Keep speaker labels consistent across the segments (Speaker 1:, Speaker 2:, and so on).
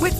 Speaker 1: With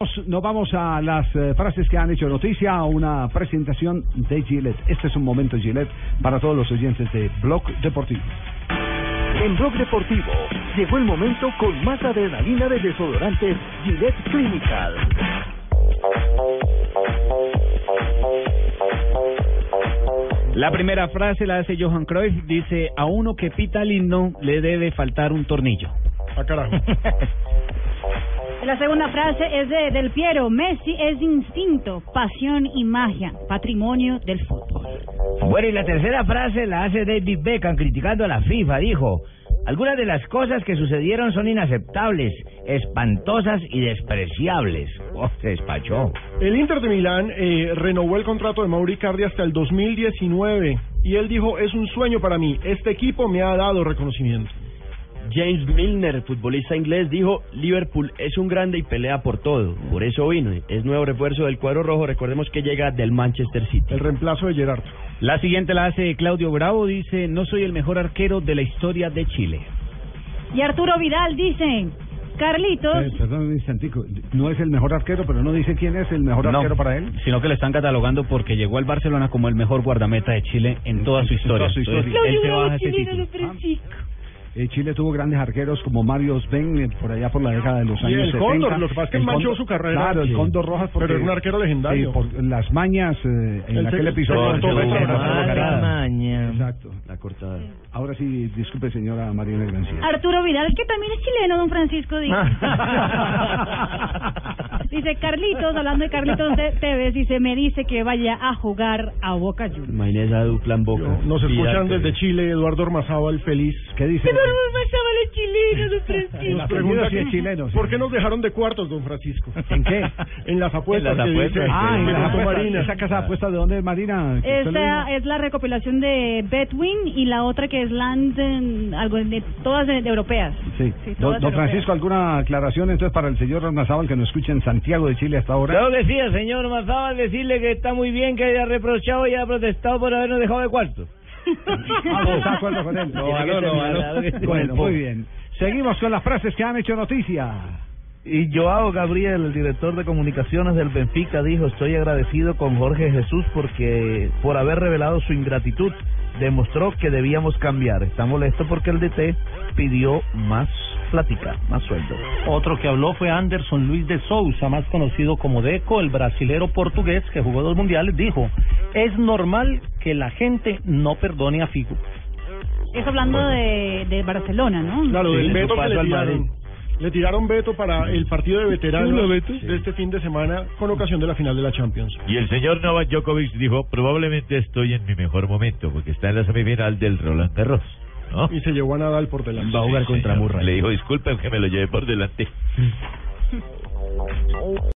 Speaker 2: Nos- Nos vamos a las eh, frases que han hecho noticia, una presentación de Gillette. Este es un momento Gillette para todos los oyentes de Blog Deportivo.
Speaker 3: En Blog Deportivo llegó el momento con más adrenalina de desodorantes Gillette Clinical.
Speaker 4: La primera frase la hace Johan Cruyff, dice, a uno que pita lindo le debe faltar un tornillo.
Speaker 2: Ah, carajo.
Speaker 5: La segunda frase es de Del Piero. Messi es instinto, pasión y magia, patrimonio del fútbol.
Speaker 6: Bueno, y la tercera frase la hace David Beckham criticando a la FIFA. Dijo, algunas de las cosas que sucedieron son inaceptables, espantosas y despreciables. Oh, se despachó.
Speaker 7: El Inter de Milán eh, renovó el contrato de Mauri Cardi hasta el 2019 y él dijo, es un sueño para mí, este equipo me ha dado reconocimiento.
Speaker 8: James Milner, futbolista inglés, dijo, Liverpool es un grande y pelea por todo, por eso vino, es nuevo refuerzo del cuadro rojo, recordemos que llega del Manchester City.
Speaker 7: El reemplazo de Gerard.
Speaker 4: La siguiente la hace Claudio Bravo, dice, no soy el mejor arquero de la historia de Chile.
Speaker 5: Y Arturo Vidal dice, Carlitos,
Speaker 2: perdón un instantico. No es el mejor arquero, pero no dice quién es el mejor arquero para él.
Speaker 4: sino que lo están catalogando porque llegó al Barcelona como el mejor guardameta de Chile en toda su historia.
Speaker 2: toda su
Speaker 4: Entonces,
Speaker 2: historia.
Speaker 4: él se baja ese título.
Speaker 2: Eh, Chile tuvo grandes arqueros como Mario Sven eh, por allá por la década de los
Speaker 7: Y
Speaker 2: años
Speaker 7: el
Speaker 2: 70.
Speaker 7: Cóndor, lo que pasa es que
Speaker 2: El
Speaker 7: manchó
Speaker 2: Cóndor-
Speaker 7: su carrera.
Speaker 2: Claro, el
Speaker 7: Sí.
Speaker 2: Cóndor Rojas.
Speaker 7: Pero
Speaker 2: porque-
Speaker 7: era un arquero legendario.
Speaker 2: eh, por las mañas eh, en
Speaker 7: Él se-
Speaker 2: aquel episodio.
Speaker 7: se cortó
Speaker 2: Exacto.
Speaker 7: la cara.
Speaker 2: Exacto.
Speaker 8: La cortada.
Speaker 2: Ahora sí, disculpe señora Mariana Granciera.
Speaker 5: Arturo Vidal, que también es chileno, don Francisco, dice.
Speaker 7: Ah.
Speaker 5: dice Carlitos, hablando de Carlitos de Tevez, dice, me dice que vaya a jugar a Boca Juniors.
Speaker 8: Imagínese a Dupla en Boca.
Speaker 7: Nos escuchan
Speaker 8: Vidarte.
Speaker 7: desde Chile, Eduardo Ormazábal, feliz.
Speaker 2: ¿Qué dice?
Speaker 7: Nos
Speaker 2: apellido
Speaker 7: pregunta
Speaker 2: sí
Speaker 7: que-
Speaker 2: es chileno, sí.
Speaker 7: ¿Por qué nos dejaron de cuartos, don Francisco?
Speaker 2: ¿En qué?
Speaker 7: En las apuestas.
Speaker 8: En las
Speaker 7: que dice.
Speaker 8: apuestas,
Speaker 2: Ah, en
Speaker 7: Me
Speaker 2: la
Speaker 7: contó
Speaker 2: apuesta,
Speaker 7: Marina.
Speaker 2: esa casa de apuestas de dónde es Marina? Que usted lo dijo.
Speaker 5: Esta es la recopilación de Betwin y la otra que es Landen, algo de, todas de, de europeas.
Speaker 2: Sí.
Speaker 5: Sí,
Speaker 2: Don,
Speaker 5: todas
Speaker 2: don
Speaker 5: europeas.
Speaker 2: Francisco, ¿alguna aclaración entonces para el señor Ormazábal que nos escucha en Santiago de Chile hasta ahora?
Speaker 6: Claro que sí, el señor Mazaba, decirle que está muy bien que haya reprochado y haya protestado por habernos dejado de cuarto.
Speaker 2: Ah, ¿Está de acuerdo con él?
Speaker 6: No, no, no, no.
Speaker 2: Bueno, muy bien. Seguimos con las frases que han hecho noticia.
Speaker 3: Y Joao Gabriel, el director de comunicaciones del Benfica, dijo, estoy agradecido con Jorge Jesús porque por haber revelado su ingratitud, demostró que debíamos cambiar. Está molesto porque el DT pidió más plática, más sueldo.
Speaker 4: Otro que habló fue Anderson Luis de Souza, más conocido como Deco, el brasilero portugués que jugó dos mundiales, dijo, es normal que la gente no perdone a Figo.
Speaker 5: Es hablando de, de Barcelona, ¿no?
Speaker 7: Claro,
Speaker 8: Sí,
Speaker 7: del
Speaker 8: su
Speaker 7: veto que
Speaker 8: paso
Speaker 7: le
Speaker 8: al
Speaker 7: tiraron. Le tiraron veto para el partido de veteranos de este fin de semana con ocasión de la final de la Champions.
Speaker 9: Y el señor Novak Djokovic dijo, probablemente estoy en mi mejor momento, porque está en la semifinal del Roland Garros. ¿no?
Speaker 7: Y se llevó a Nadal por delante.
Speaker 8: Va a jugar
Speaker 9: Sí,
Speaker 8: contra
Speaker 9: señor.
Speaker 8: Murray.
Speaker 9: Le dijo, disculpen que me lo llevé por delante.